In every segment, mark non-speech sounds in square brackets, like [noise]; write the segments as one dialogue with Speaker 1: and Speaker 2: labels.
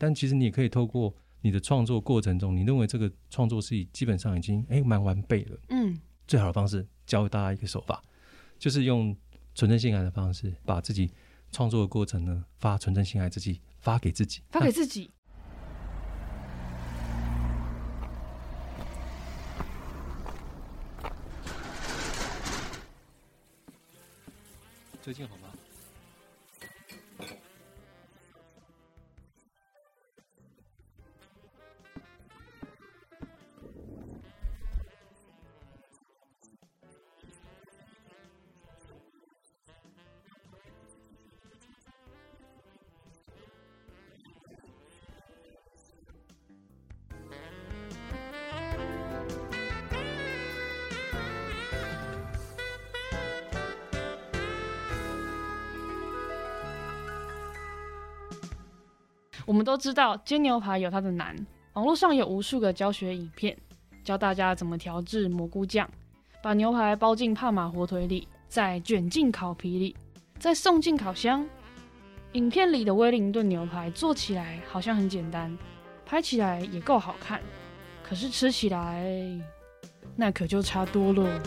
Speaker 1: 但其实你也可以透过你的创作过程中，你认为这个创作是已基本上已经哎蛮完备了，
Speaker 2: 嗯
Speaker 1: 最好的方式教大家一个手法，就是用纯真性爱的方式，把自己创作的过程呢发纯真性爱自己发给自己，
Speaker 2: 发给自己。
Speaker 1: 最近好吗？
Speaker 2: 我们都知道煎牛排有它的难，网络上有无数个教学影片，教大家怎么调制蘑菇酱，把牛排包进帕玛火腿里，再卷进烤皮里，再送进烤箱。影片里的威灵顿牛排做起来好像很简单，拍起来也够好看，可是吃起来那可就差多了。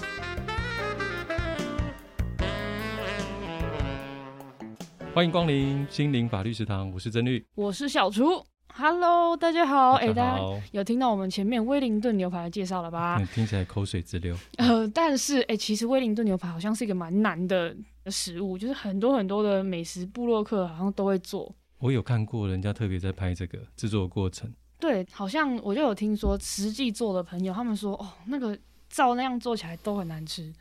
Speaker 1: 欢迎光临心灵法律食堂，我是曾律。
Speaker 2: 我是小厨，Hello，大家好，哎、大
Speaker 1: 大家
Speaker 2: 家
Speaker 1: 好，
Speaker 2: 有听到我们前面威灵顿牛排的介绍了吧？
Speaker 1: 嗯听起来口水直
Speaker 2: [laughs]
Speaker 1: 流。
Speaker 2: 呃，但是哎、欸其实威灵顿牛排好像是一个蛮难的呃食物，就是很多很多的美食部落客好像都会做。
Speaker 1: 我有看过人家特别在拍这个制作的过程，
Speaker 2: 对，好像我就有听说实际做的朋友，他们说哦，那个照那样做起来都很难吃。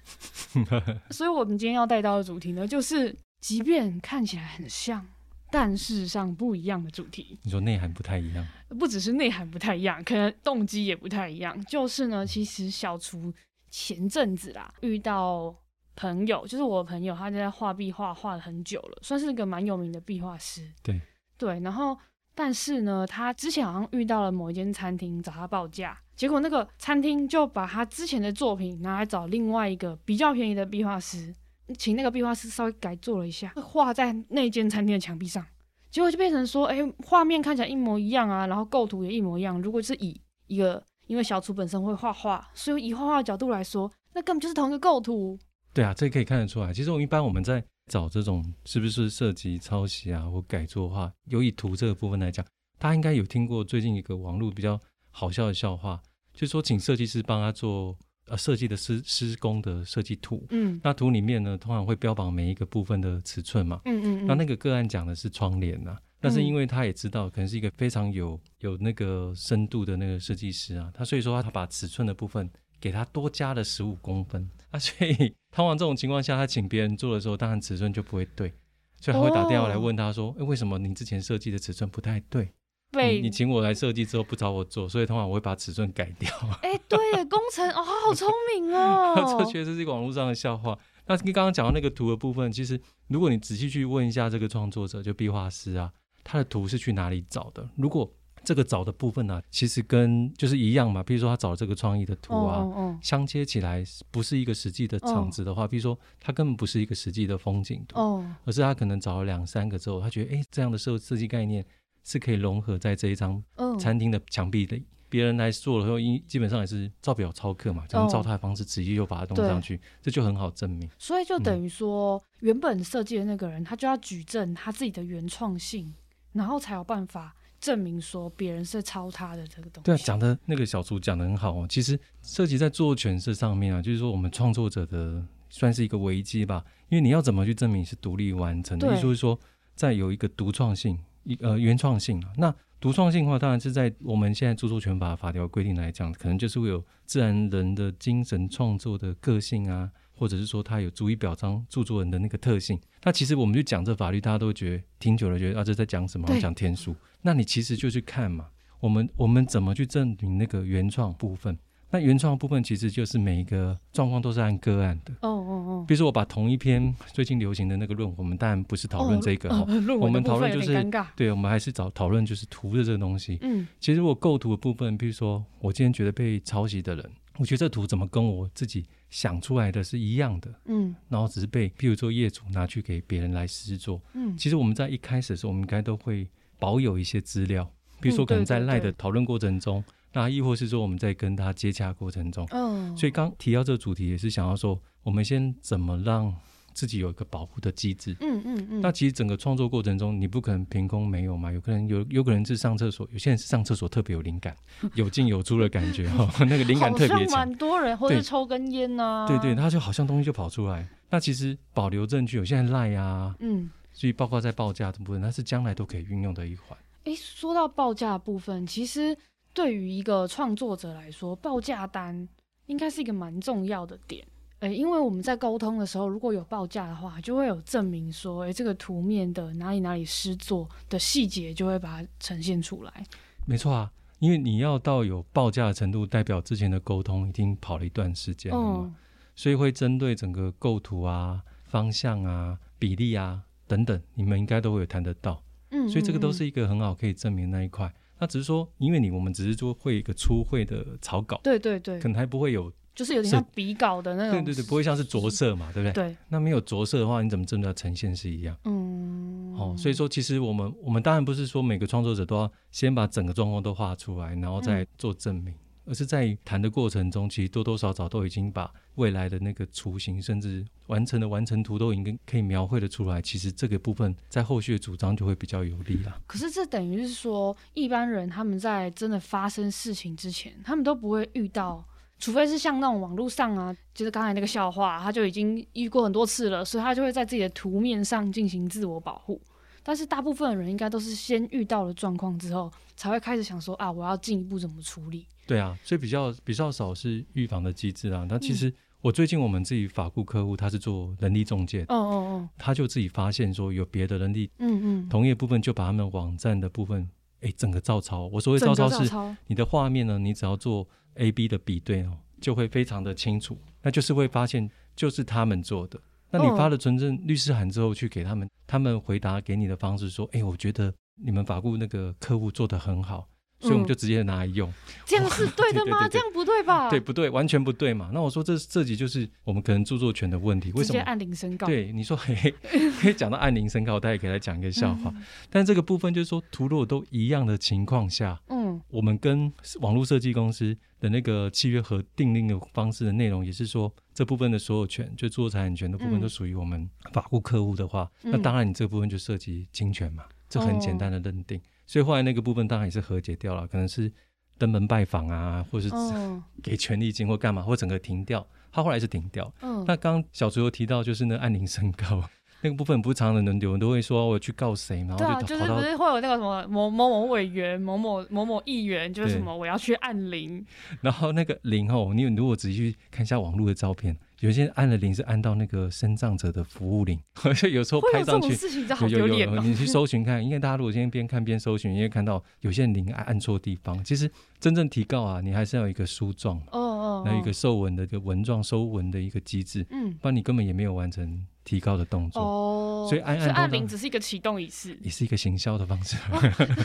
Speaker 2: 所以我们今天要带到的主题呢，就是即便看起来很像，但事实上不一样的主题。
Speaker 1: 你说内涵不太一样，
Speaker 2: 不只是内涵不太一样，可能动机也不太一样。就是呢，其实小厨前阵子啦，遇到朋友，就是我朋友，他在画壁画画了很久了，算是一个蛮有名的壁画师。
Speaker 1: 对
Speaker 2: 对，然后但是呢，他之前好像遇到了某一间餐厅找他报价，结果那个餐厅就把他之前的作品拿来找另外一个比较便宜的壁画师，嗯请那个壁画师稍微改做了一下，画在那间餐厅的墙壁上。结果就变成说，哎、画面看起来一模一样啊，然后构图也一模一样。如果是以一个，因为小厨本身会画画，所以以画画的角度来说，那根本就是同一个构图。
Speaker 1: 对啊，这可以看得出来。其实我们一般我们在找这种是不是涉及抄袭啊或改作的话，有以图这个部分来讲，大家应该有听过最近一个网络比较好笑的笑话，就是说请设计师帮他做呃设计的施施工的设计图，
Speaker 2: 嗯
Speaker 1: 那图里面呢通常会标榜每一个部分的尺寸嘛，
Speaker 2: 嗯嗯
Speaker 1: 那
Speaker 2: 嗯，
Speaker 1: 那个个案讲的是窗帘呐、但是
Speaker 2: 嗯
Speaker 1: 因为他也知道，可能是一个非常有有那个深度的那个设计师啊，他所以说他把尺寸的部分给他多加了十五公分啊，所以通常这种情况下，他请别人做的时候，当然尺寸就不会对，所以他会打电话来问他说，哎诶为什么你之前设计的尺寸不太对？你
Speaker 2: 被
Speaker 1: 你请我来设计之后不找我做，所以通常我会把尺寸改掉。
Speaker 2: 哎、对耶，工程哦，好聪明哦
Speaker 1: [laughs] 这。确实是一个网络上的笑话。那跟刚刚讲到那个图的部分，其实如果你仔细去问一下这个创作者，就壁画师啊，他的图是去哪里找的？如果这个找的部分呢、啊，其实跟就是一样嘛，比如说他找这个创意的图啊，
Speaker 2: 哦哦
Speaker 1: 相接起来不是一个实际的场子的话，比如说它根本不是一个实际的风景图，
Speaker 2: 哦哦，
Speaker 1: 而是他可能找了两三个之后，他觉得诶，这样的设设计概念是可以融合在这一张 [laughs]
Speaker 2: 嗯，
Speaker 1: 餐厅的墙壁的，别人来做了以后，因基本上也是照表抄课嘛，只
Speaker 2: 哦
Speaker 1: 能照他的方式直接就把它弄上去，这就很好证明。
Speaker 2: 所以就等于说，原本设计的那个人，他就要举证他自己的原创性，然后才有办法证明说别人是抄他的这个东西。
Speaker 1: 对啊，讲的那个小厨讲的很好哦。其实涉及在做诠释上面啊，就是说我们创作者的算是一个危机吧，因为你要怎么去证明是独立完成的？
Speaker 2: 对
Speaker 1: 意思就是说，在有一个独创性、一呃原创性啊。那独创性的话，当然是在我们现在著作权法法条规定来讲，可能就是会有自然人的精神创作的个性啊，或者是说他有足以表彰著作人的那个特性。那其实我们去讲这法律，大家都会觉得听久了觉得啊这在讲什么？
Speaker 2: 对
Speaker 1: 讲天书。那你其实就去看嘛，我们我们怎么去证明那个原创部分？那原创部分其实就是每一个状况都是按个案的。
Speaker 2: 哦哦哦，
Speaker 1: 比如说，我把同一篇最近流行的那个论，我们当然不是讨论这个哈、
Speaker 2: 哦呃论
Speaker 1: 我
Speaker 2: 文的
Speaker 1: 们
Speaker 2: 部
Speaker 1: 讨
Speaker 2: 分
Speaker 1: 论
Speaker 2: 有
Speaker 1: 就是
Speaker 2: 点尴尬。
Speaker 1: 对，我们还是找讨论就是图的这个东西。
Speaker 2: 嗯
Speaker 1: 其实我构图的部分，比如说我今天觉得被抄袭的人，我觉得这图怎么跟我自己想出来的是一样的，
Speaker 2: 嗯
Speaker 1: 然后只是被比如说业主拿去给别人来施作。
Speaker 2: 嗯，
Speaker 1: 其实我们在一开始的时候，我们应该都会保有一些资料，比如说
Speaker 2: 嗯
Speaker 1: 可能
Speaker 2: 对
Speaker 1: 在
Speaker 2: 对
Speaker 1: 赖
Speaker 2: 对
Speaker 1: 的讨论过程中，那亦或是说我们在跟他接洽过程中，
Speaker 2: 嗯，
Speaker 1: 所以刚提到这个主题，也是想要说，我们先怎么让自己有一个保护的机制。
Speaker 2: 嗯嗯嗯，
Speaker 1: 那其实整个创作过程中，你不可能凭空没有嘛，有可能有，有可能是上厕所，有些人是上厕所特别有灵
Speaker 2: [laughs]
Speaker 1: 感，有进有出的感觉 [laughs] 哦，那个灵感
Speaker 2: 好
Speaker 1: 特别
Speaker 2: 像
Speaker 1: 强
Speaker 2: 蛮。多人，或
Speaker 1: 对
Speaker 2: 者抽根烟啊呐、
Speaker 1: 对对，，他就好像东西就跑出来。那其实保留证据，有现在赖啊，
Speaker 2: 嗯，
Speaker 1: 所以包括在报价的部分，它是将来都可以运用的一环。
Speaker 2: 诶，说到报价的部分，其实对于一个创作者来说，报价单应该是一个蛮重要的点。诶，因为我们在沟通的时候，如果有报价的话，就会有证明说，诶，这个图面的哪里哪里失作的细节，就会把它呈现出来。
Speaker 1: 没错啊，因为你要到有报价的程度，代表之前的沟通已经跑了一段时间了嘛。
Speaker 2: 嗯
Speaker 1: 所以会针对整个构图啊、方向啊、比例啊等等，你们应该都会有谈得到。
Speaker 2: 嗯，
Speaker 1: 所以这个都
Speaker 2: 嗯
Speaker 1: 是一个很好可以证明那一块。那只是说，因为你我们只是做会一个初会的草稿，
Speaker 2: 对对对
Speaker 1: 可，能还不会有，
Speaker 2: 就是有点
Speaker 1: 是
Speaker 2: 像笔稿的那
Speaker 1: 对
Speaker 2: 种，
Speaker 1: 对对，不会像是着色嘛，对不对？
Speaker 2: 对，
Speaker 1: 那没有着色的话，你怎么证明它呈现是一样？
Speaker 2: 嗯，
Speaker 1: 哦，所以说其实我们我们当然不是说每个创作者都要先把整个状况都画出来，然后再做证明，而是在谈的过程中，其实多多少少都已经把未来的那个雏形，甚至完成的完成图都已经可以描绘的出来。其实这个部分在后续的主张就会比较有利啦。
Speaker 2: 可是这等于是说，一般人他们在真的发生事情之前，他们都不会遇到，除非是像那种网络上啊，就是刚才那个笑话，他就已经遇过很多次了，所以他就会在自己的图面上进行自我保护。但是大部分的人应该都是先遇到了状况之后，才会开始想说啊，我要进一步怎么处理。
Speaker 1: 对啊，所以比较比较少是预防的机制啊。那其
Speaker 2: 嗯
Speaker 1: 实我最近我们自己法顾客户他是做人力中介的，
Speaker 2: 哦哦哦，
Speaker 1: 他就自己发现说有别的人力
Speaker 2: 嗯嗯，
Speaker 1: 同业部分就把他们网站的部分，哎，整个照抄。我所谓
Speaker 2: 整
Speaker 1: 照
Speaker 2: 个
Speaker 1: 抄
Speaker 2: 照
Speaker 1: 是
Speaker 2: 抄，
Speaker 1: 你的画面呢，你只要做 A、B 的比对哦，就会非常的清楚，那就是会发现就是他们做的。那你
Speaker 2: 哦
Speaker 1: 发了存证律师函之后，去给他
Speaker 2: 嗯
Speaker 1: 们，他们回答给你的方式说，哎，我觉得你们法顾那个客户做的很好，所以我们
Speaker 2: 嗯
Speaker 1: 就直接拿来用。
Speaker 2: 这样啊是对的吗？
Speaker 1: 哦对对对对
Speaker 2: 这样不对吧？
Speaker 1: 对，不对？完全不对嘛。那我说这这集就是我们可能著作权的问题，为
Speaker 2: 直
Speaker 1: 什
Speaker 2: 接
Speaker 1: 么？
Speaker 2: 按铃声告。
Speaker 1: 对，你说嘿嘿，可以讲到按铃声告，大家也可以来讲一个笑
Speaker 2: 嗯
Speaker 1: 话。但这个部分就是说，图如果都一样的情况下，
Speaker 2: 嗯，
Speaker 1: 我们跟网络设计公司的那个契约和订定的方式的内容，也是说这部分的所有权，就著作财产权的部分，
Speaker 2: 嗯
Speaker 1: 都属于我们法务客户的话，
Speaker 2: 嗯哦
Speaker 1: 那当然你这部分就涉及侵权嘛，这很简单的认定。所以后来那个部分当然也是和解掉了，可能是登门拜访啊，或是
Speaker 2: 哦，
Speaker 1: 给权利金或干嘛，或整个停掉。他后来是停掉。
Speaker 2: 嗯，
Speaker 1: 那刚刚小竹有提到，就是那按铃声告 [laughs] 那个部分，不是常常人有人都会说我去告谁，然后
Speaker 2: 对啊，
Speaker 1: 就
Speaker 2: 就
Speaker 1: 跑
Speaker 2: 是
Speaker 1: 到
Speaker 2: 不是会有那个什么某某某委员、某某某某议员，就是
Speaker 1: 对
Speaker 2: 什么我要去按铃，
Speaker 1: 然后那个铃哦，你如果仔细去看一下网络的照片，有些人按了铃是按到那个身障者的服务铃， [laughs] 所以有时候
Speaker 2: 会
Speaker 1: 拍
Speaker 2: 有这
Speaker 1: 上
Speaker 2: 种
Speaker 1: 去。
Speaker 2: 事情，这好
Speaker 1: 有有
Speaker 2: 丢
Speaker 1: 有
Speaker 2: 脸
Speaker 1: 有，
Speaker 2: 哦。
Speaker 1: 你去搜寻看，因为大家如果今天边看边搜寻，你会看到有些人铃按按错地方。其实真正提告啊，你还是要有一个书状嘛，
Speaker 2: [laughs] 哦哦，
Speaker 1: 那一个
Speaker 2: 哦
Speaker 1: 受文的一个文状收文的一个机制，
Speaker 2: 嗯
Speaker 1: 不然你根本也没有完成提告的动作，
Speaker 2: 哦，
Speaker 1: 所以按按动
Speaker 2: 按
Speaker 1: 到
Speaker 2: 铃只是一个启动
Speaker 1: [laughs]，
Speaker 2: 仪式
Speaker 1: 也是一个行销的
Speaker 2: [laughs]
Speaker 1: 方式。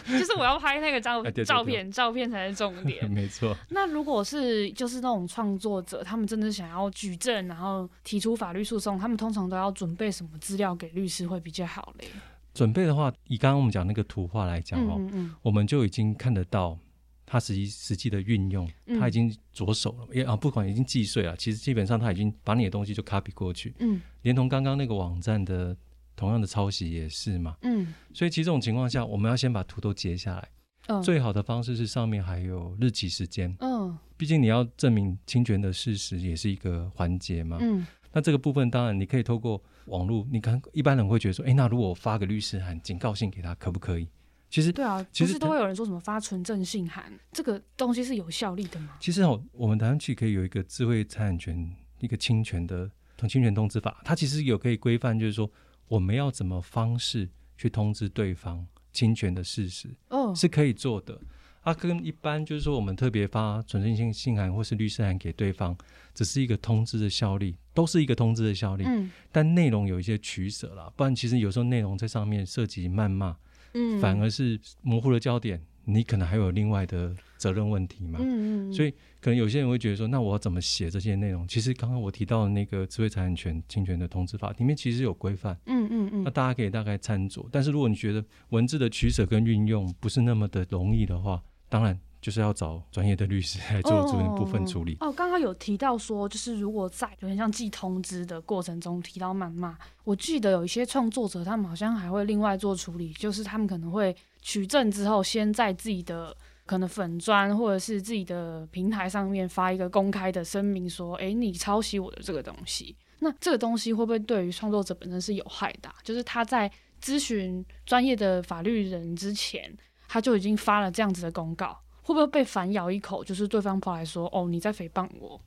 Speaker 2: 就是我要拍那个照
Speaker 1: 哎对对对
Speaker 2: 照片，照片才是重
Speaker 1: [laughs]
Speaker 2: 点。
Speaker 1: 没错，
Speaker 2: 那如果是就是那种创作者，他们真的想要举证，然后提出法律诉讼，他们通常都要准备什么资料给律师会比较好嘞？
Speaker 1: 准备的话，以刚刚我们讲那个图画来讲
Speaker 2: 嗯
Speaker 1: 哦，
Speaker 2: 嗯嗯，
Speaker 1: 我们就已经看得到它实际实际的运用，
Speaker 2: 嗯
Speaker 1: 它已经着手了，也啊不管已经既碎了，其实基本上它已经把你的东西就 copy 过去，
Speaker 2: 嗯
Speaker 1: 连同刚刚那个网站的同样的抄袭也是嘛。
Speaker 2: 嗯
Speaker 1: 所以其实这种情况下，我们要先把图都截下来，
Speaker 2: 嗯，
Speaker 1: 最好的方式是上面还有日期时间，
Speaker 2: 嗯
Speaker 1: 毕竟你要证明侵权的事实也是一个环节嘛。
Speaker 2: 嗯
Speaker 1: 那这个部分当然你可以透过网络，你看一般人会觉得说，诶，哎那如果我发个律师函警告信给他，可不可以？其实
Speaker 2: 对啊，
Speaker 1: 其
Speaker 2: 不
Speaker 1: 实
Speaker 2: 是都
Speaker 1: 他
Speaker 2: 会有人说什么发纯正信函，这个东西是有效力的吗？
Speaker 1: 其实哦，我们台湾区可以有一个智慧财产权一个侵权的侵权通知法，它其实有可以规范，就是说我们要怎么方式去通知对方侵权的事实
Speaker 2: 哦，
Speaker 1: 是可以做的。啊，跟一般就是说我们特别发存证信信函或是律师函给对方，只是一个通知的效力，都是一个通知的效力，
Speaker 2: 嗯
Speaker 1: 但内容有一些取舍啦，不然其实有时候内容在上面涉及谩骂，
Speaker 2: 嗯
Speaker 1: 反而是模糊了焦点，你可能还有另外的责任问题嘛。
Speaker 2: 嗯嗯，
Speaker 1: 所
Speaker 2: 以
Speaker 1: 以可能有些人会觉得说，那我要怎么写这些内容？其实刚刚我提到的那个智慧财产权侵权的通知法里面其实有规范，
Speaker 2: 嗯嗯嗯
Speaker 1: 那，大家可以大概参酌。但是如果你觉得文字的取舍跟运用不是那么的容易的话，当然就是要找专业的律师来做这部分处理。
Speaker 2: 哦，刚刚有提到说，就是如果在有点像寄通知的过程中提到谩骂，我记得有一些创作者他们好像还会另外做处理，就是他们可能会取证之后，先在自己的可能粉砖或者是自己的平台上面发一个公开的声明，说，诶，你抄袭我的这个东西。那这个东西会不会对于创作者本身是有害的啊、就是他在咨询专业的法律人之前，他就已经发了这样子的公告，会不会被反咬一口？就是对方跑来说：“哦，你在诽谤我。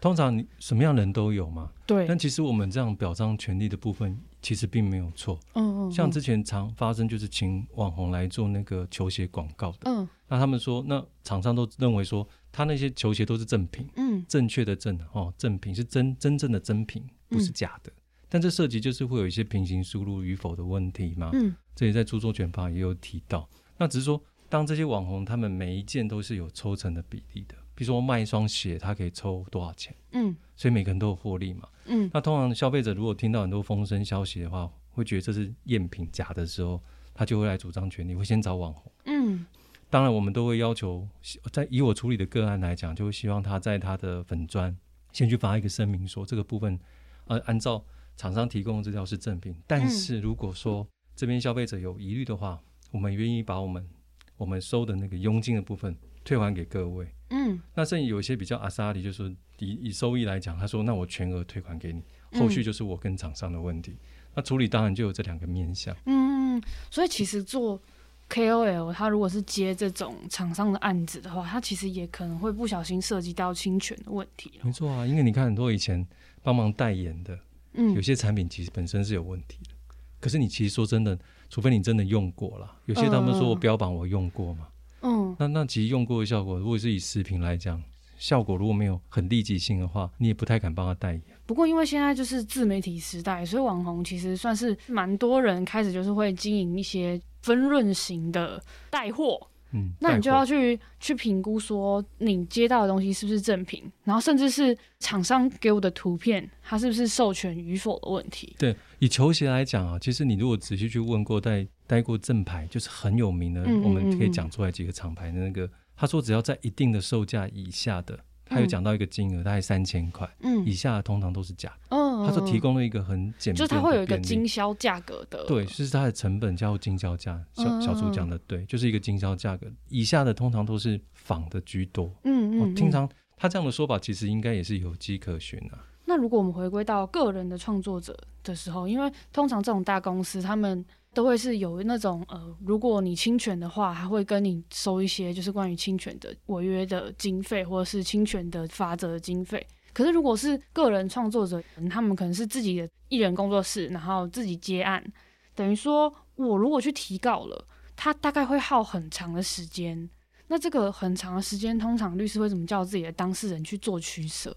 Speaker 1: 通常你什么样的人都有嘛，”
Speaker 2: 对，
Speaker 1: 但其实我们这样表彰权利的部分其实并没有错。
Speaker 2: 嗯嗯，
Speaker 1: 像
Speaker 2: 这，
Speaker 1: 之前常发生就是请网红来做那个球鞋广告的，
Speaker 2: 嗯
Speaker 1: 那他们说，那厂商都认为说他那些球鞋都是正品。
Speaker 2: 嗯
Speaker 1: 正确的正哦，正品是真真正的真品，不
Speaker 2: 嗯
Speaker 1: 是假的。但这涉及就是会有一些平行输入与否的问题嘛，
Speaker 2: 嗯
Speaker 1: 这也在著作权法也有提到。那只是说，当这些网红他们每一件都是有抽成的比例的，比如说卖一双鞋，他可以抽多少钱，
Speaker 2: 嗯
Speaker 1: 所以每个人都有获利嘛。
Speaker 2: 嗯
Speaker 1: 那通常消费者如果听到很多风声消息的话，会觉得这是赝品假的时候，他就会来主张权利，会先找网红。
Speaker 2: 嗯
Speaker 1: 当然，我们都会要求，希在以我处理的个案来讲，就会希望他在他的粉砖先去发一个声明说，这个部分呃按照厂商提供的资料是正品，但是如果说这边消费者有疑虑的话，我们愿意把我们我们收的那个佣金的部分退还给各位。
Speaker 2: 嗯
Speaker 1: 那甚至有一些比较阿萨里，就是以以收益来讲，他说那我全额退还给你，
Speaker 2: 嗯
Speaker 1: 后续就是我跟厂商的问题。那处理当然就有这两个面向。
Speaker 2: 嗯，所以其实做 KOL，他如果是接这种厂商的案子的话，他其实也可能会不小心涉及到侵权的问题
Speaker 1: 没错啊，因为你看很多以前帮忙代言的。有
Speaker 2: 嗯
Speaker 1: 些产品其实本身是有问题的，可是你其实说真的，除非你真的用过了，有些他们说我标榜我用过嘛，
Speaker 2: 嗯
Speaker 1: 那那其实用过的效果，如果是以食品来讲，效果如果没有很立即性的话，你也不太敢帮他代言。
Speaker 2: 不过，因为现在就是自媒体时代，所以网红其实算是蛮多人开始就是会经营一些分润型的带货，
Speaker 1: 嗯，
Speaker 2: 那你就
Speaker 1: 带货
Speaker 2: 要去去评估说你接到的东西是不是正品，然后甚至是厂商给我的图片，它是不是授权与否的问题。
Speaker 1: 对以球鞋来讲啊，其实你如果仔细去问过带带过正牌，就是很有名的，
Speaker 2: 嗯嗯
Speaker 1: 我们可以
Speaker 2: 嗯嗯
Speaker 1: 讲出来几个厂牌的那个，他说只要在一定的售价以下的，他有
Speaker 2: 嗯
Speaker 1: 讲到一个金额大概三千块
Speaker 2: 嗯
Speaker 1: 以下，通常都是假的。
Speaker 2: 嗯
Speaker 1: 他说提供
Speaker 2: 供
Speaker 1: 了一个很简便的便利，
Speaker 2: 就是它会有一个经销价格的，
Speaker 1: 对，就是它的成本叫经销价，
Speaker 2: 哦
Speaker 1: 小小猪讲的对，就是一个经销价格。以下的通常都是仿的居多。
Speaker 2: 嗯，嗯
Speaker 1: 我、
Speaker 2: 嗯，
Speaker 1: 通常他这样的说法其实应该也是有迹可循啊。
Speaker 2: 那如果我们回归到个人的创作者的时候，因为通常这种大公司他们都会是有那种呃，如果你侵权的话，还会跟你收一些就是关于侵权的违约的经费，或者是侵权的罚则的经费。可是如果是个人创作者，嗯他们可能是自己的艺人工作室，然后自己接案，等于说我如果去提告了，他大概会耗很长的时间。那这个很长的时间，通常律师会怎么叫自己的当事人去做取舍？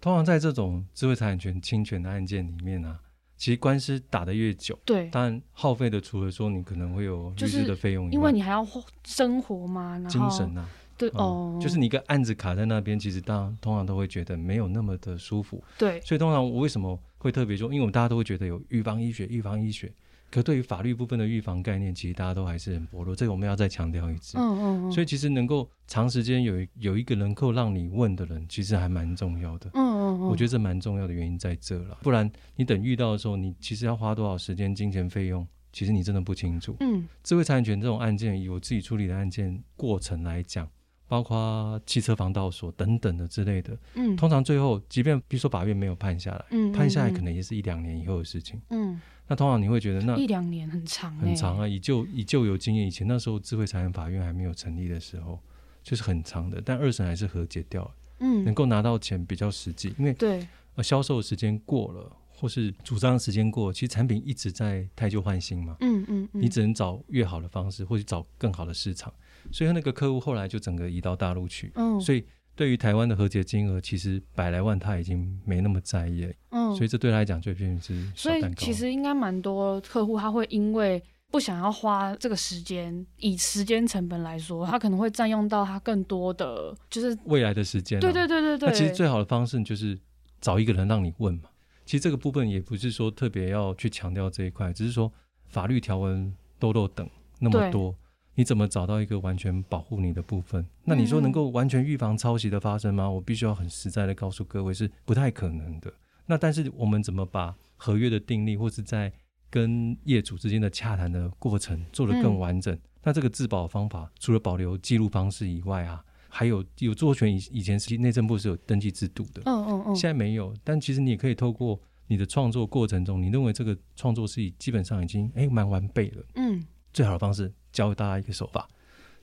Speaker 1: 通常在这种智慧财产权侵权的案件里面啊，其实官司打得越久，
Speaker 2: 对，
Speaker 1: 当然耗费的除了说你可能会有律
Speaker 2: 就是
Speaker 1: 师的费用以
Speaker 2: 因
Speaker 1: 外，
Speaker 2: 为你还要活生活嘛，然后
Speaker 1: 精神啊，
Speaker 2: 对、
Speaker 1: 嗯
Speaker 2: 哦，
Speaker 1: 就是你一个案子卡在那边，其实当然通常都会觉得没有那么的舒服。
Speaker 2: 对，
Speaker 1: 所以通常我为什么会特别说，因为我们大家都会觉得有预防医学、预防医学，可对于法律部分的预防概念，其实大家都还是很薄弱，这个我们要再强调一次。
Speaker 2: 嗯嗯嗯，
Speaker 1: 所
Speaker 2: 以
Speaker 1: 以其实能够长时间有一有一个能够让你问的人，其实还蛮重要的。
Speaker 2: 嗯嗯嗯，
Speaker 1: 我觉
Speaker 2: 得
Speaker 1: 得这蛮重要的原因在这了，不然你等遇到的时候，你其实要花多少时间、金钱费用，其实你真的不清楚。
Speaker 2: 嗯
Speaker 1: 智慧财产权这种案件，以我自己处理的案件过程来讲，包括汽车防盗所等等的之类的，
Speaker 2: 嗯，
Speaker 1: 通常最后，即便比如说法院没有判下来。
Speaker 2: 嗯
Speaker 1: 判下来可
Speaker 2: 能
Speaker 1: 能也是一两年以后的事情。
Speaker 2: 嗯
Speaker 1: 那通常你会觉得那
Speaker 2: 一两年很长
Speaker 1: 很长
Speaker 2: 啊，
Speaker 1: 啊，以旧以旧有经验，以前那时候智慧财产法院还没有成立的时候，就是很长的，但二审还是和解掉了，能
Speaker 2: 嗯
Speaker 1: 够拿到钱比较实际，因为
Speaker 2: 对
Speaker 1: 呃销售时间过了，或是主张时间过了，其实产品一直在汰旧换新嘛，
Speaker 2: 嗯嗯嗯，
Speaker 1: 你只能找越好的方式，或者找更好的市场，所以那个客户后来就整个移到大陆去，
Speaker 2: 嗯
Speaker 1: 所以。对于台湾的和解金额，其实百来万他已经没那么在意了，
Speaker 2: 嗯
Speaker 1: 所以这对他来讲就变成是小
Speaker 2: 所以
Speaker 1: 蛋糕
Speaker 2: 其实应该蛮多客户他会因为不想要花这个时间，以时间成本来说，他可能会占用到他更多的，就是
Speaker 1: 未来的时间、啊。
Speaker 2: 对对对对对。
Speaker 1: 那其实最好的方式就是找一个人让你问嘛。其实这个部分也不是说特别要去强调这一块，只是说法律条文漏漏等那么多，你怎么找到一个完全保护你的部分？那你说能够完全预防抄袭的发生吗？我必须要很实在的告诉各位，是不太可能的。那但是我们怎么把合约的订立，或是在跟业主之间的洽谈的过程做得更完整？那这个自保方法，除了保留记录方式以外啊，还有有作权以以前是内政部是有登记制度的，
Speaker 2: 嗯嗯嗯，
Speaker 1: 现在没有。但其实你也可以透过你的创作过程中，你认为这个创作是已基本上已经哎蛮完备了，
Speaker 2: 嗯
Speaker 1: 最好的方式教大家一个手法，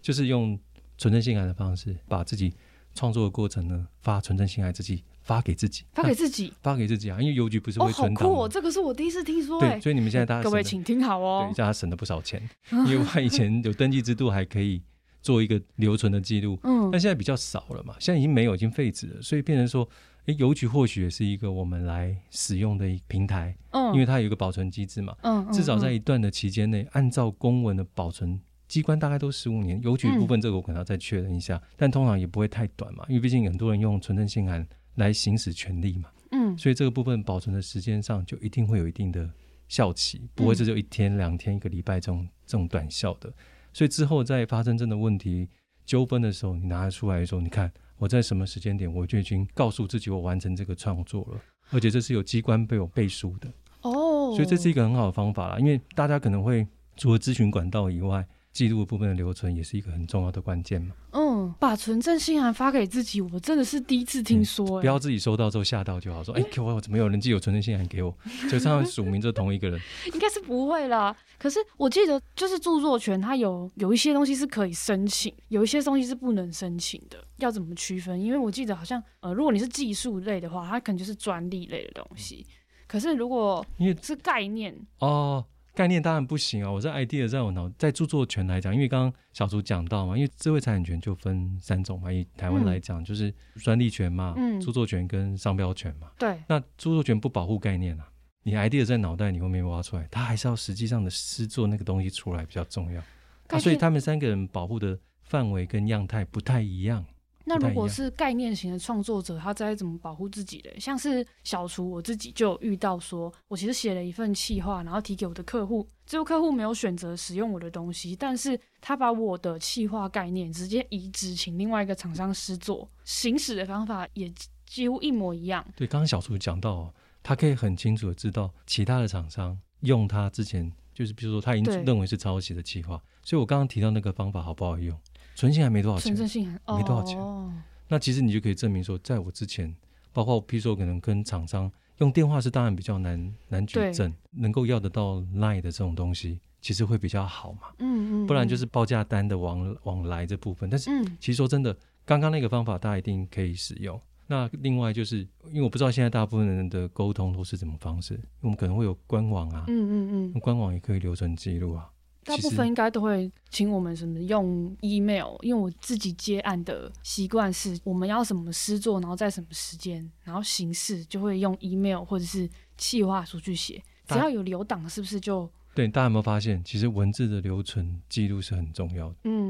Speaker 1: 就是用纯正性爱的方式，把自己创作的过程呢发纯正性爱自己发给自己，
Speaker 2: 发给自己。
Speaker 1: 发给自己啊，因为邮局不是
Speaker 2: 哦，
Speaker 1: 会
Speaker 2: 好
Speaker 1: 存档
Speaker 2: 酷
Speaker 1: 吗、
Speaker 2: 哦！这个是我第一次听说哎
Speaker 1: 对，。所以你们现在大家
Speaker 2: 各位
Speaker 1: 省
Speaker 2: 请听好
Speaker 1: 了
Speaker 2: 哦
Speaker 1: 对，。大家省了不少钱，因为我以前有登记制度，还可以做一个留存的记录，
Speaker 2: [laughs] 嗯
Speaker 1: 但现在比较少了嘛，现在已经没有，已经废止了，所以变成说，诶，邮局或许也是一个我们来使用的一平台，
Speaker 2: 嗯，
Speaker 1: 因为它有一个保存机制嘛，
Speaker 2: 嗯嗯
Speaker 1: 至少在
Speaker 2: 嗯
Speaker 1: 一段的期间内，按照公文的保存。机关大概都十五
Speaker 2: 嗯
Speaker 1: 年，邮局部分这个我可能要再确认一下，但通常也不会太短嘛，因为毕竟很多人用存证信函来行使权利嘛。
Speaker 2: 嗯
Speaker 1: 所以这个部分保存的时间上就一定会有一定的效期，不会
Speaker 2: 嗯
Speaker 1: 这就一天、两天、一个礼拜这种这种短效的。所以之后在发生真的问题纠纷的时候，你拿出来的时候，你看我在什么时间点，我就已经告诉自己我完成这个创作了，而且这是有机关被我背书的，
Speaker 2: 哦，
Speaker 1: 所以这是一个很好的方法啦。因为大家可能会除了咨询管道以外，记录部分的留存也是一个很重要的关键嘛。
Speaker 2: 嗯，把纯正信函发给自己，我真的是第一次听说
Speaker 1: 嗯不
Speaker 2: 哎。
Speaker 1: 要自己收到之后吓到就好，
Speaker 2: [laughs]
Speaker 1: 说哎，给我怎么有人寄有存证信函给我？ [laughs] 就这样署名就同一个人，
Speaker 2: 欸应该是不会啦。可是我记得，就是著作权，它有有一些东西是可以申请，有一些东西是不能申请的，要怎么区分？因为我记得好像，呃，如果你是技术类的话，它可能就是专利类的东西。可是如果
Speaker 1: 因为
Speaker 2: 是概念，
Speaker 1: 哦，概念当然不行啊、我在 idea 在我脑在著作权来讲，因为刚刚小竹讲到嘛，因为智慧财产权就分三种嘛，以台湾
Speaker 2: 嗯
Speaker 1: 来讲就是专利权嘛、
Speaker 2: 嗯
Speaker 1: 著作权跟商标权嘛。
Speaker 2: 对，
Speaker 1: 那著作权不保护概念啊，你 idea 在脑袋里面没挖出来，它还是要实际上的诗作那个东西出来比较重要。
Speaker 2: 概
Speaker 1: 啊、所以
Speaker 2: 念。
Speaker 1: 他们三个人保护的范围跟样态不太一样。
Speaker 2: 那
Speaker 1: 不太
Speaker 2: 如果
Speaker 1: 一样
Speaker 2: 是概念型的创作者，他在怎么保护自己的？像是小厨，我自己就有遇到说，我其实写了一份企划，然后提给我的客户，最后客户没有选择使用我的东西，但是他把我的企划概念直接移植，请另外一个厂商施作，行使的方法也几几乎一模一样。
Speaker 1: 对，刚刚小厨讲到、哦，他可以很清楚的知道其他的厂商用他之前，就是比如说他已
Speaker 2: 对
Speaker 1: 经认为是抄袭的计划，所以我刚刚提到那个方法好不好用？存性还没多少
Speaker 2: 纯正
Speaker 1: 钱，
Speaker 2: 性很
Speaker 1: 没多少钱
Speaker 2: 哦，
Speaker 1: 那其实你就可以证明说，在我之前，包括譬如说可能跟厂商用电话是当然比较难难举
Speaker 2: 对
Speaker 1: 证，能够要得到 Line 的这种东西，其实会比较好嘛，
Speaker 2: 嗯嗯，
Speaker 1: 不然就
Speaker 2: 嗯
Speaker 1: 是报价单的往往来这部分，但是
Speaker 2: 嗯
Speaker 1: 其实说真的，刚刚那个方法大家一定可以使用。那另外就是，因为我不知道现在大部分人的沟通都是什么方式，我们可能会有官网啊，
Speaker 2: 嗯嗯
Speaker 1: 那
Speaker 2: 嗯，
Speaker 1: 官网也可以留存记录啊。
Speaker 2: 大
Speaker 1: 其
Speaker 2: 部
Speaker 1: 实
Speaker 2: 分应该都会请我们什么用 email，因为我自己接案的习惯是，我们要什么诗作，然后在什么时间，然后形式就会用 email 或者是企划书去写。只
Speaker 1: 大
Speaker 2: 要有留档，是不是就
Speaker 1: 对，大家有没有发现，其实文字的留存记录是很重要的。
Speaker 2: 嗯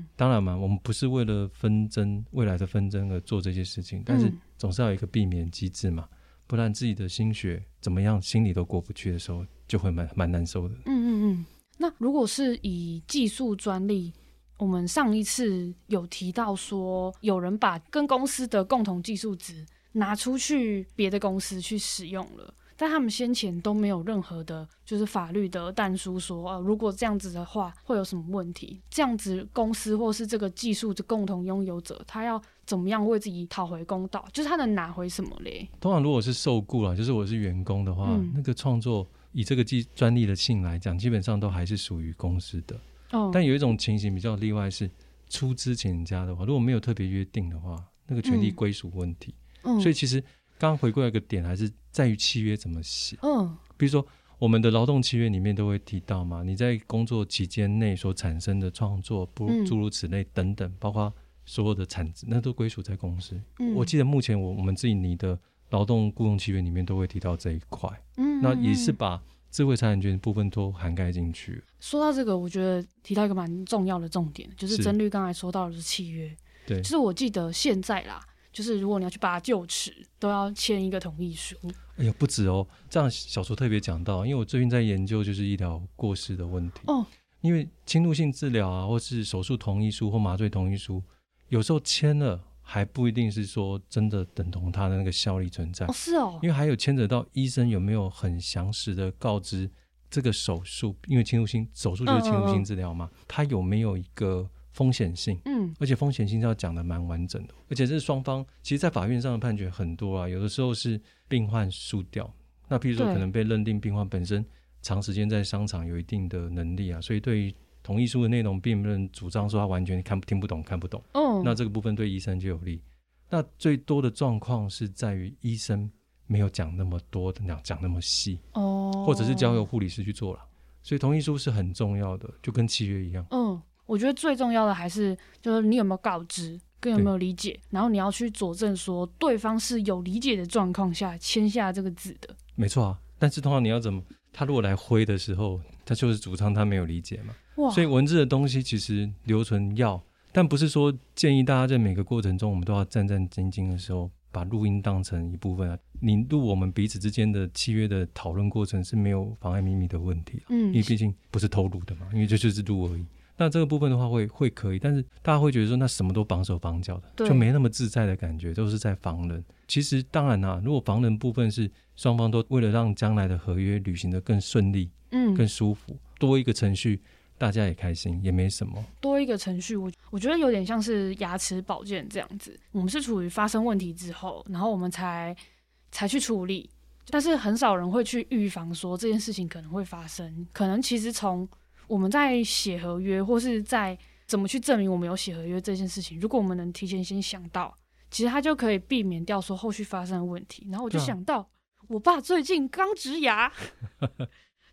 Speaker 2: 嗯
Speaker 1: 当然嘛，我们不是为了纷争未来的纷争而做这些事情，但是
Speaker 2: 嗯
Speaker 1: 总是要有一个避免机制嘛，不然自己的心血怎么样，心里都过不去的时候，就会蛮蛮难受的。
Speaker 2: 嗯嗯嗯？那如果是以技术专利，我们上一次有提到说，有人把跟公司的共同技术值拿出去别的公司去使用了。但他们先前都没有任何的，就是法律的弹书说，呃，如果这样子的话会有什么问题？这样子公司或是这个技术的共同拥有者，他要怎么样为自己讨回公道？就是他能拿回什么嘞？
Speaker 1: 通常如果是受雇啊啦，就是我是员工的话，
Speaker 2: 嗯
Speaker 1: 那个创作以这个技专利的性来讲，基本上都还是属于公司的。
Speaker 2: 哦，
Speaker 1: 但有一种情形比较例外是，出资请人家的话，如果没有特别约定的话，那个权利
Speaker 2: 嗯
Speaker 1: 归属问题。
Speaker 2: 嗯
Speaker 1: 所以其实刚刚回归到一个点，还是在于契约怎么写。
Speaker 2: 嗯
Speaker 1: 比如说我们的劳动契约里面都会提到嘛，你在工作期间内所产生的创作，不
Speaker 2: 嗯
Speaker 1: 诸如此类等等，包括所有的产值，那都归属在公司。
Speaker 2: 嗯，
Speaker 1: 我记得目前我我们自己拟的劳动雇佣契约里面都会提到这一块，
Speaker 2: 嗯，嗯
Speaker 1: 那也是把智慧财产权部分都涵盖进去了。
Speaker 2: 说到这个，我觉得提到一个蛮重要的重点，就是
Speaker 1: 是
Speaker 2: 曾律刚才说到的是契约。
Speaker 1: 对
Speaker 2: 就是我记得现在啦，就是如果你要去拔臼齿，都要签一个同意书。
Speaker 1: 哎呀，不止哦，这样小说特别讲到，因为我最近在研究就是医疗过失的问题。
Speaker 2: 哦，
Speaker 1: 因为侵入性治疗啊，或是手术同意书或麻醉同意书，有时候签了还不一定是说真的等同它的那个效力存在
Speaker 2: 哦，，是哦
Speaker 1: 因，为还有牵扯到医生有没有很详实的告知这个手术，因为侵入性手术就是侵入
Speaker 2: 嗯嗯
Speaker 1: 性
Speaker 2: 嗯
Speaker 1: 治疗嘛，它有没有一个风险性。
Speaker 2: 嗯，
Speaker 1: 而且风险性是要讲的蛮完整的，而且这是双方，其实，在法院上的判决很多啊，有的时候是病患输掉，那譬如说
Speaker 2: 对
Speaker 1: 可能被认定病患本身长时间在商场有一定的能力啊，所以对于同意书的内容，并不能主张说他完全看听不懂、看不懂，
Speaker 2: 哦，
Speaker 1: 那这个部分对医生就有利。那最多的状况是在于医生没有讲那么多，讲讲那么细，
Speaker 2: 哦，
Speaker 1: 或者是交由护理师去做了，所以同意书是很重要的，就跟契约一样。
Speaker 2: 嗯，我觉得最重要的还是就是你有没有告知，跟有没有理解，然后你要去佐证说对方是有理解的状况下签下这个字的。
Speaker 1: 没错啊，但是通常你要怎么？他如果来挥的时候，他就是主张他没有理解嘛。
Speaker 2: 哇，
Speaker 1: 所以文字的东西其实留存要，但不是说建议大家在每个过程中我们都要战战兢兢的时候，把录音当成一部分啊。你录我们彼此之间的契约的讨论过程是没有妨碍秘密的问题啊、
Speaker 2: 嗯
Speaker 1: 因为毕竟不是偷录的嘛，因为这就是录而已。那这个部分的话会会可以，但是大家会觉得说，那什么都绑手绑脚的，
Speaker 2: 对
Speaker 1: 就没那么自在的感觉，都是在防人。其实当然啦、啊如果防人部分是双方都为了让将来的合约履行的更顺利、更
Speaker 2: 嗯，
Speaker 1: 舒服，多一个程序，大家也开心，也没什么。
Speaker 2: 多一个程序，我我觉得有点像是牙齿保健这样子。我们是处于发生问题之后，然后我们才才去处理，但是很少人会去预防说这件事情可能会发生。可能其实从我们在写合约，或是在怎么去证明我们有写合约这件事情，如果我们能提前先想到，其实它就可以避免掉说后续发生的问题。然后我就
Speaker 1: 对啊
Speaker 2: 想到，我爸最近刚植牙，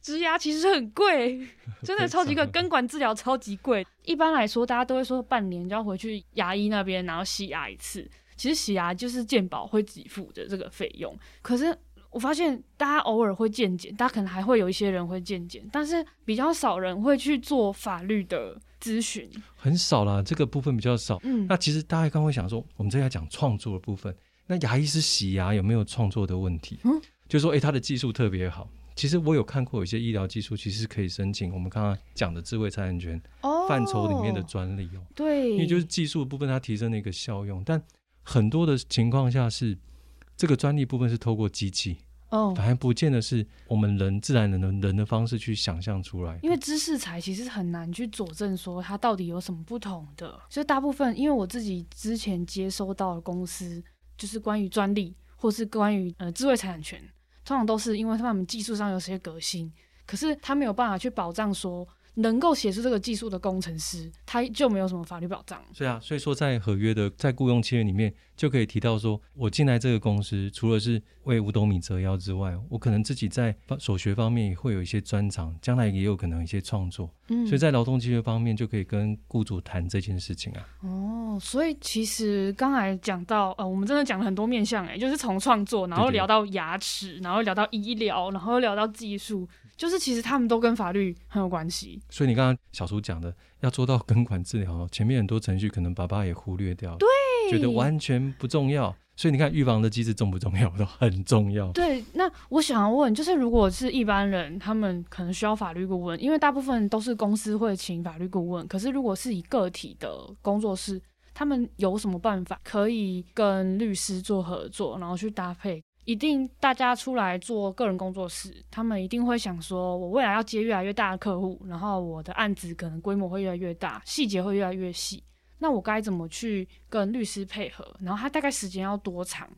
Speaker 2: 植牙其实很
Speaker 1: [laughs]
Speaker 2: 贵，真的超级贵，根管治疗超级贵。一般来说，大家都会说半年就要回去牙医那边，然后洗牙一次。其实洗牙就是健保会给付的这个费用，可是我发现大家偶尔会健检，大家可能还会有一些人会健检，但是比较少人会去做法律的咨询。
Speaker 1: 很少啦，这个部分比较少。
Speaker 2: 嗯
Speaker 1: 那其实大家刚会想说，我们这要讲创作的部分，那牙医师洗牙有没有创作的问题？
Speaker 2: 嗯
Speaker 1: 嗯，就说诶，他的技术特别好。其实我有看过有些医疗技术其实可以申请我们刚刚讲的智慧财产权
Speaker 2: 哦
Speaker 1: 范畴里面的专利哦，
Speaker 2: 对，
Speaker 1: 因为就是技术部分它提升了一个效用，但很多的情况下是这个专利部分是透过机器，
Speaker 2: 哦，
Speaker 1: 反而不见得是我们人自然人的人的方式去想象出来的。
Speaker 2: 因为知识财其实很难去佐证说它到底有什么不同的，所以大部分因为我自己之前接收到的公司就是关于专利或是关于呃智慧财产权，通常都是因为他们技术上有些革新，可是他没有办法去保障说能够写出这个技术的工程师，他就没有什么法律保障。
Speaker 1: 对啊，所以说在合约的在雇佣契约里面就可以提到说，我进来这个公司，除了是为五斗米折腰之外，我可能自己在所学方面也会有一些专长，将来也有可能有一些创作，
Speaker 2: 嗯
Speaker 1: 所以在劳动契约方面就可以跟雇主谈这件事情啊。
Speaker 2: 哦，所以其实刚才讲到，呃，我们真的讲了很多面向，哎，就是从创作，然后
Speaker 1: 对对
Speaker 2: 聊到牙齿，然后聊到医疗，然后聊到技术，就是其实他们都跟法律很有关系。
Speaker 1: 所以你刚刚小苏讲的，要做到根管治疗，前面很多程序可能爸爸也忽略掉，对，觉得完全不重要。所以你看，预防的机制重不重要？都很重要。
Speaker 2: 对，那我想要问，就是如果是一般人，他们可能需要法律顾问，因为大部分都是公司会请法律顾问，可是如果是以个体的工作室，他们有什么办法可以跟律师做合作，然后去搭配？一定大家出来做个人工作室，他们一定会想说，我未来要接越来越大的客户，然后我的案子可能规模会越来越大，细节会越来越细。那我该怎么去跟律师配合？然后他大概时间要多长？
Speaker 1: 嗯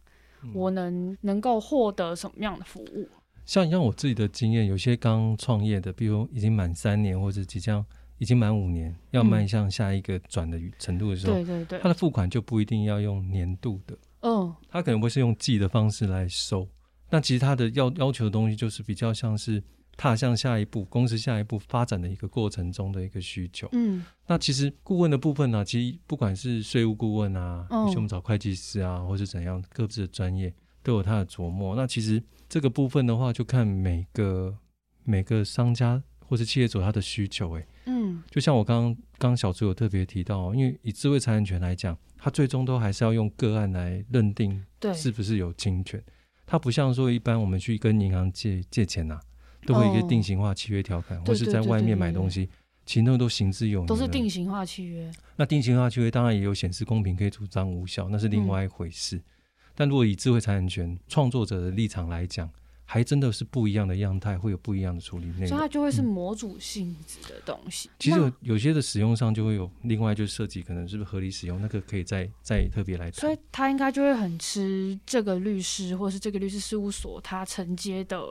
Speaker 2: 我能能够获得什么样的服务？
Speaker 1: 像像我自己的经验，有些刚创业的，比如已经满三年，或者即将已经满五年，要迈向下一个转的程度的时候，
Speaker 2: 对对对
Speaker 1: 它，的付款就不一定要用年度的，
Speaker 2: 嗯
Speaker 1: 它可能会是用季的方式来收。那其实它的要要求的东西，就是比较像是踏向下一步公司下一步发展的一个过程中的一个需求。
Speaker 2: 嗯
Speaker 1: 那其实顾问的部分呢、其实不管是税务顾问啊，
Speaker 2: 嗯
Speaker 1: 尤其我们找会计师啊，或是怎样，各自的专业都有他的琢磨。那其实这个部分的话，就看每个每个商家或是企业主他的需求、欸。诶，
Speaker 2: 嗯
Speaker 1: 就像我刚刚刚小朱有特别提到哦，因为以智慧财产权来讲，它最终都还是要用个案来认定
Speaker 2: 对，
Speaker 1: 是不是有侵权。它不像说一般我们去跟银行借借钱呐、都会有一
Speaker 2: 哦
Speaker 1: 个定型化契约条款，
Speaker 2: 对
Speaker 1: 或是
Speaker 2: 对
Speaker 1: 在
Speaker 2: 对
Speaker 1: 外
Speaker 2: 对
Speaker 1: 面
Speaker 2: 对
Speaker 1: 买
Speaker 2: 对
Speaker 1: 东西，其实那都行之有年。
Speaker 2: 都是定。型化契约，
Speaker 1: 那定型化契约当然也有显示公平可以主张无效，那是
Speaker 2: 嗯
Speaker 1: 另外一回事。但如果以智慧财产权创作者的立场来讲，还真的是不一样的样态，会有不一样的处理内
Speaker 2: 所以
Speaker 1: 容。
Speaker 2: 它就会是模组性质的东西。
Speaker 1: 嗯其实
Speaker 2: 那
Speaker 1: 有有些的使用上就会有，另外就是涉及可能是不是合理使用，那个可以再再特别来谈。
Speaker 2: 所以他应该就会很吃这个律师或是这个律师事务所他承接的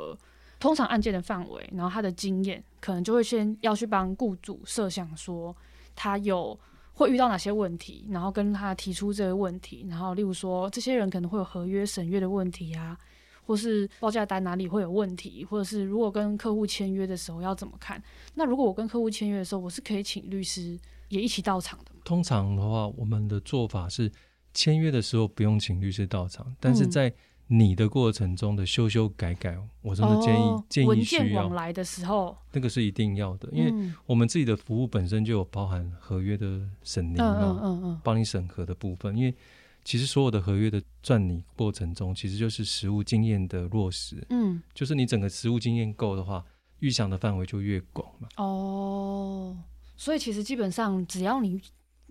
Speaker 2: 通常案件的范围，然后他的经验，可能就会先要去帮雇主设想说他有会遇到哪些问题，然后跟他提出这个问题，然后例如说这些人可能会有合约审阅的问题啊。或是报价单哪里会有问题，或者是如果跟客户签约的时候要怎么看？那如果我跟客户签约的时候，我是可以请律师也一起到场的吗。
Speaker 1: 通常的话，我们的做法是签约的时候不用请律师到场，但
Speaker 2: 嗯
Speaker 1: 是在你的过程中的修修改改，我真的建议、
Speaker 2: 哦、
Speaker 1: 建
Speaker 2: 文
Speaker 1: 议
Speaker 2: 件
Speaker 1: 需
Speaker 2: 往
Speaker 1: 要，
Speaker 2: 来的时候，
Speaker 1: 那个是一定要的，因为
Speaker 2: 嗯
Speaker 1: 我们自己的服务本身就有包含合约的审理
Speaker 2: 嗯嗯
Speaker 1: 嘛，
Speaker 2: 嗯嗯，
Speaker 1: 帮你审核的部分，因为。其实所有的合约的撰拟过程中，其实就是实务经验的落实。
Speaker 2: 嗯
Speaker 1: 就是你整个实务经验够的话，预想的范围就越广嘛。
Speaker 2: 哦，所以其实基本上只要你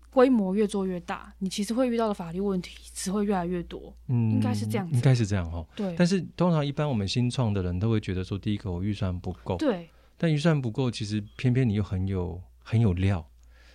Speaker 2: 规模越做越大，你其实会遇到的法律问题只会越来越多。
Speaker 1: 嗯，
Speaker 2: 应该是这样子
Speaker 1: 应该是这样哦。
Speaker 2: 对，
Speaker 1: 但是通常一般我们新创的人都会觉得说，第一个我预算不够，
Speaker 2: 对，
Speaker 1: 但预算不够，其实偏偏你又很有很有料，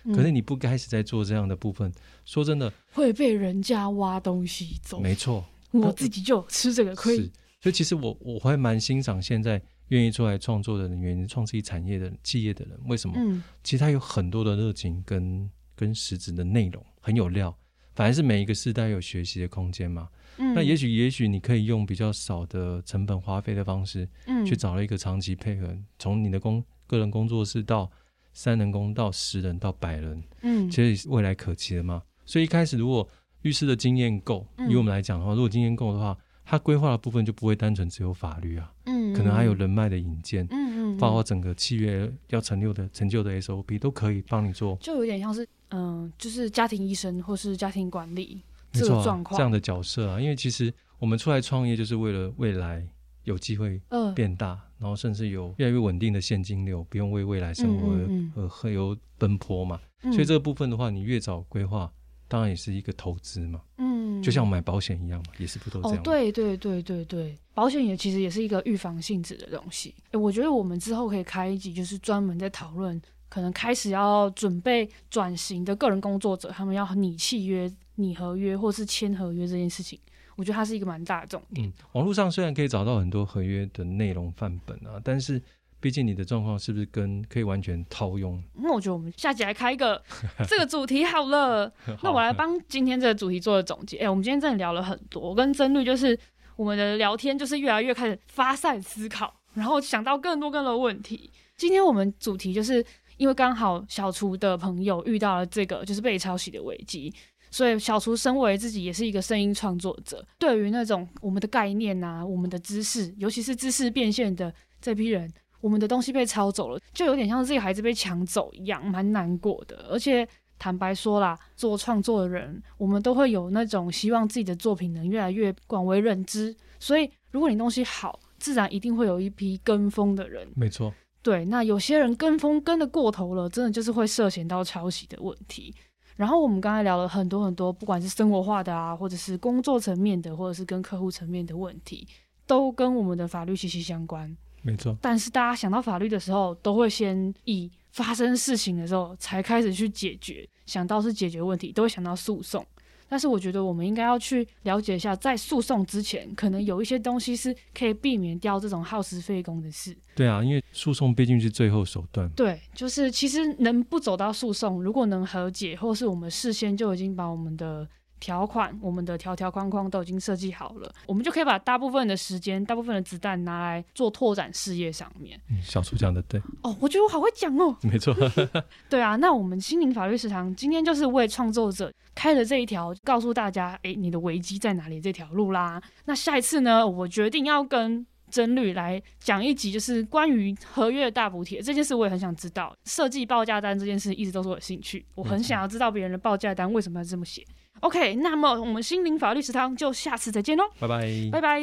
Speaker 2: 嗯
Speaker 1: 可是你不开始在做这样的部分，说真的，
Speaker 2: 会被人家挖东西走。
Speaker 1: 没错，
Speaker 2: 我自己就吃这个
Speaker 1: 是
Speaker 2: 亏。。
Speaker 1: 所以其实我我会蛮欣赏现在愿意出来创作的人，愿意创自己产业的企业的人，为什么？
Speaker 2: 嗯，
Speaker 1: 其实他有很多的热情跟跟实质的内容，很有料。反而是每一个时代有学习的空间嘛。
Speaker 2: 嗯
Speaker 1: 那也许，也许你可以用比较少的成本花费的方式，
Speaker 2: 嗯
Speaker 1: 去找了一个长期配合，从你的工个人工作室到三人工到十人到百人，
Speaker 2: 嗯
Speaker 1: 其实未来可期的嘛。所以一开始如果律师的经验够，
Speaker 2: 嗯
Speaker 1: 以我们来讲的话，如果经验够的话，他规划的部分就不会单纯只有法律啊，
Speaker 2: 嗯，
Speaker 1: 可能还有
Speaker 2: 嗯
Speaker 1: 人脉的引荐，
Speaker 2: 嗯嗯，
Speaker 1: 包括
Speaker 2: 嗯
Speaker 1: 整个契约要成就的成就的 SOP 都可以帮你做，
Speaker 2: 就有点像是嗯、就是家庭医生或是家庭管理
Speaker 1: 没
Speaker 2: 这个
Speaker 1: 错、
Speaker 2: 状
Speaker 1: 啊，
Speaker 2: 况
Speaker 1: 这样的角色啊，因为其实我们出来创业就是为了未来有机会
Speaker 2: 呃
Speaker 1: 变大，然后甚至有越来越稳定的现金流，不用为未来生活而
Speaker 2: 嗯嗯嗯
Speaker 1: 而呃和有奔波嘛。所以这个部分的话，你越早规划，当然也是一个投资嘛，
Speaker 2: 嗯，嗯
Speaker 1: 就像买保险一样嘛，也是不都这
Speaker 2: 哦
Speaker 1: 样，吗？
Speaker 2: 对对对对对，保险也其实也是一个预防性质的东西。诶我觉得我们之后可以开一集，就是专门在讨论，可能开始要准备转型的个人工作者，他们要拟契约、拟合约或是签合约这件事情，我觉得它是一个蛮大的重点。
Speaker 1: 嗯，网络上虽然可以找到很多合约的内容范本啊，但是毕竟你的状况是不是跟可以完全套用？
Speaker 2: 那我觉得我们下集来开一个这个主题好了。那
Speaker 1: 好
Speaker 2: 我来帮今天这个主题做个总结。哎、我们今天真的聊了很多，我跟曾律就是我们的聊天就是越来越开始发散思考，然后想到更多更多的问题。今天我们主题就是因为刚好小厨的朋友遇到了这个就是被抄袭的危机。所以，小厨身为自己也是一个声音创作者，对于那种我们的概念啊、我们的知识，尤其是知识变现的这批人，我们的东西被抄走了，就有点像自己孩子被抢走一样，蛮难过的。而且坦白说啦，做创作的人，我们都会有那种希望自己的作品能越来越广为认知。所以，如果你东西好，自然一定会有一批跟风的人。
Speaker 1: 没错，
Speaker 2: 对，那有些人跟风跟的过头了，真的就是会涉嫌到抄袭的问题。然后我们刚才聊了很多很多，不管是生活化的啊，或者是工作层面的，或者是跟客户层面的问题，都跟我们的法律息息相关。
Speaker 1: 没错，
Speaker 2: 但是大家想到法律的时候，都会先以发生事情的时候才开始去解决，想到是解决问题，都会想到诉讼。但是我觉得我们应该要去了解一下，在诉讼之前，可能有一些东西是可以避免掉这种耗时费工的事。
Speaker 1: 对啊，因为诉讼毕竟是最后手段嘛。
Speaker 2: 对，就是其实能不走到诉讼，如果能和解，或是我们事先就已经把我们的条款、我们的条条框框都已经设计好了，我们就可以把大部分的时间、大部分的子弹拿来做拓展事业上面。
Speaker 1: 嗯小叔讲的对，
Speaker 2: 哦，我觉得我好会讲哦。
Speaker 1: 没错， [laughs]
Speaker 2: 对啊，那我们心灵法律食堂今天就是为创作者开了这一条，告诉大家，诶，你的危机在哪里这条路啦。那下一次呢，我决定要跟真律来讲一集，就是关于合约的大补贴这件事，我也很想知道。设计报价单这件事一直都是我的兴趣，我很想要知道别人的报价单为什么要这么写。OK，那么我们心灵法律食堂就下次再见喽，
Speaker 1: 嗯拜拜
Speaker 2: 拜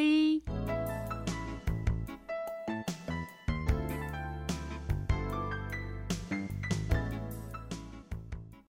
Speaker 2: 拜。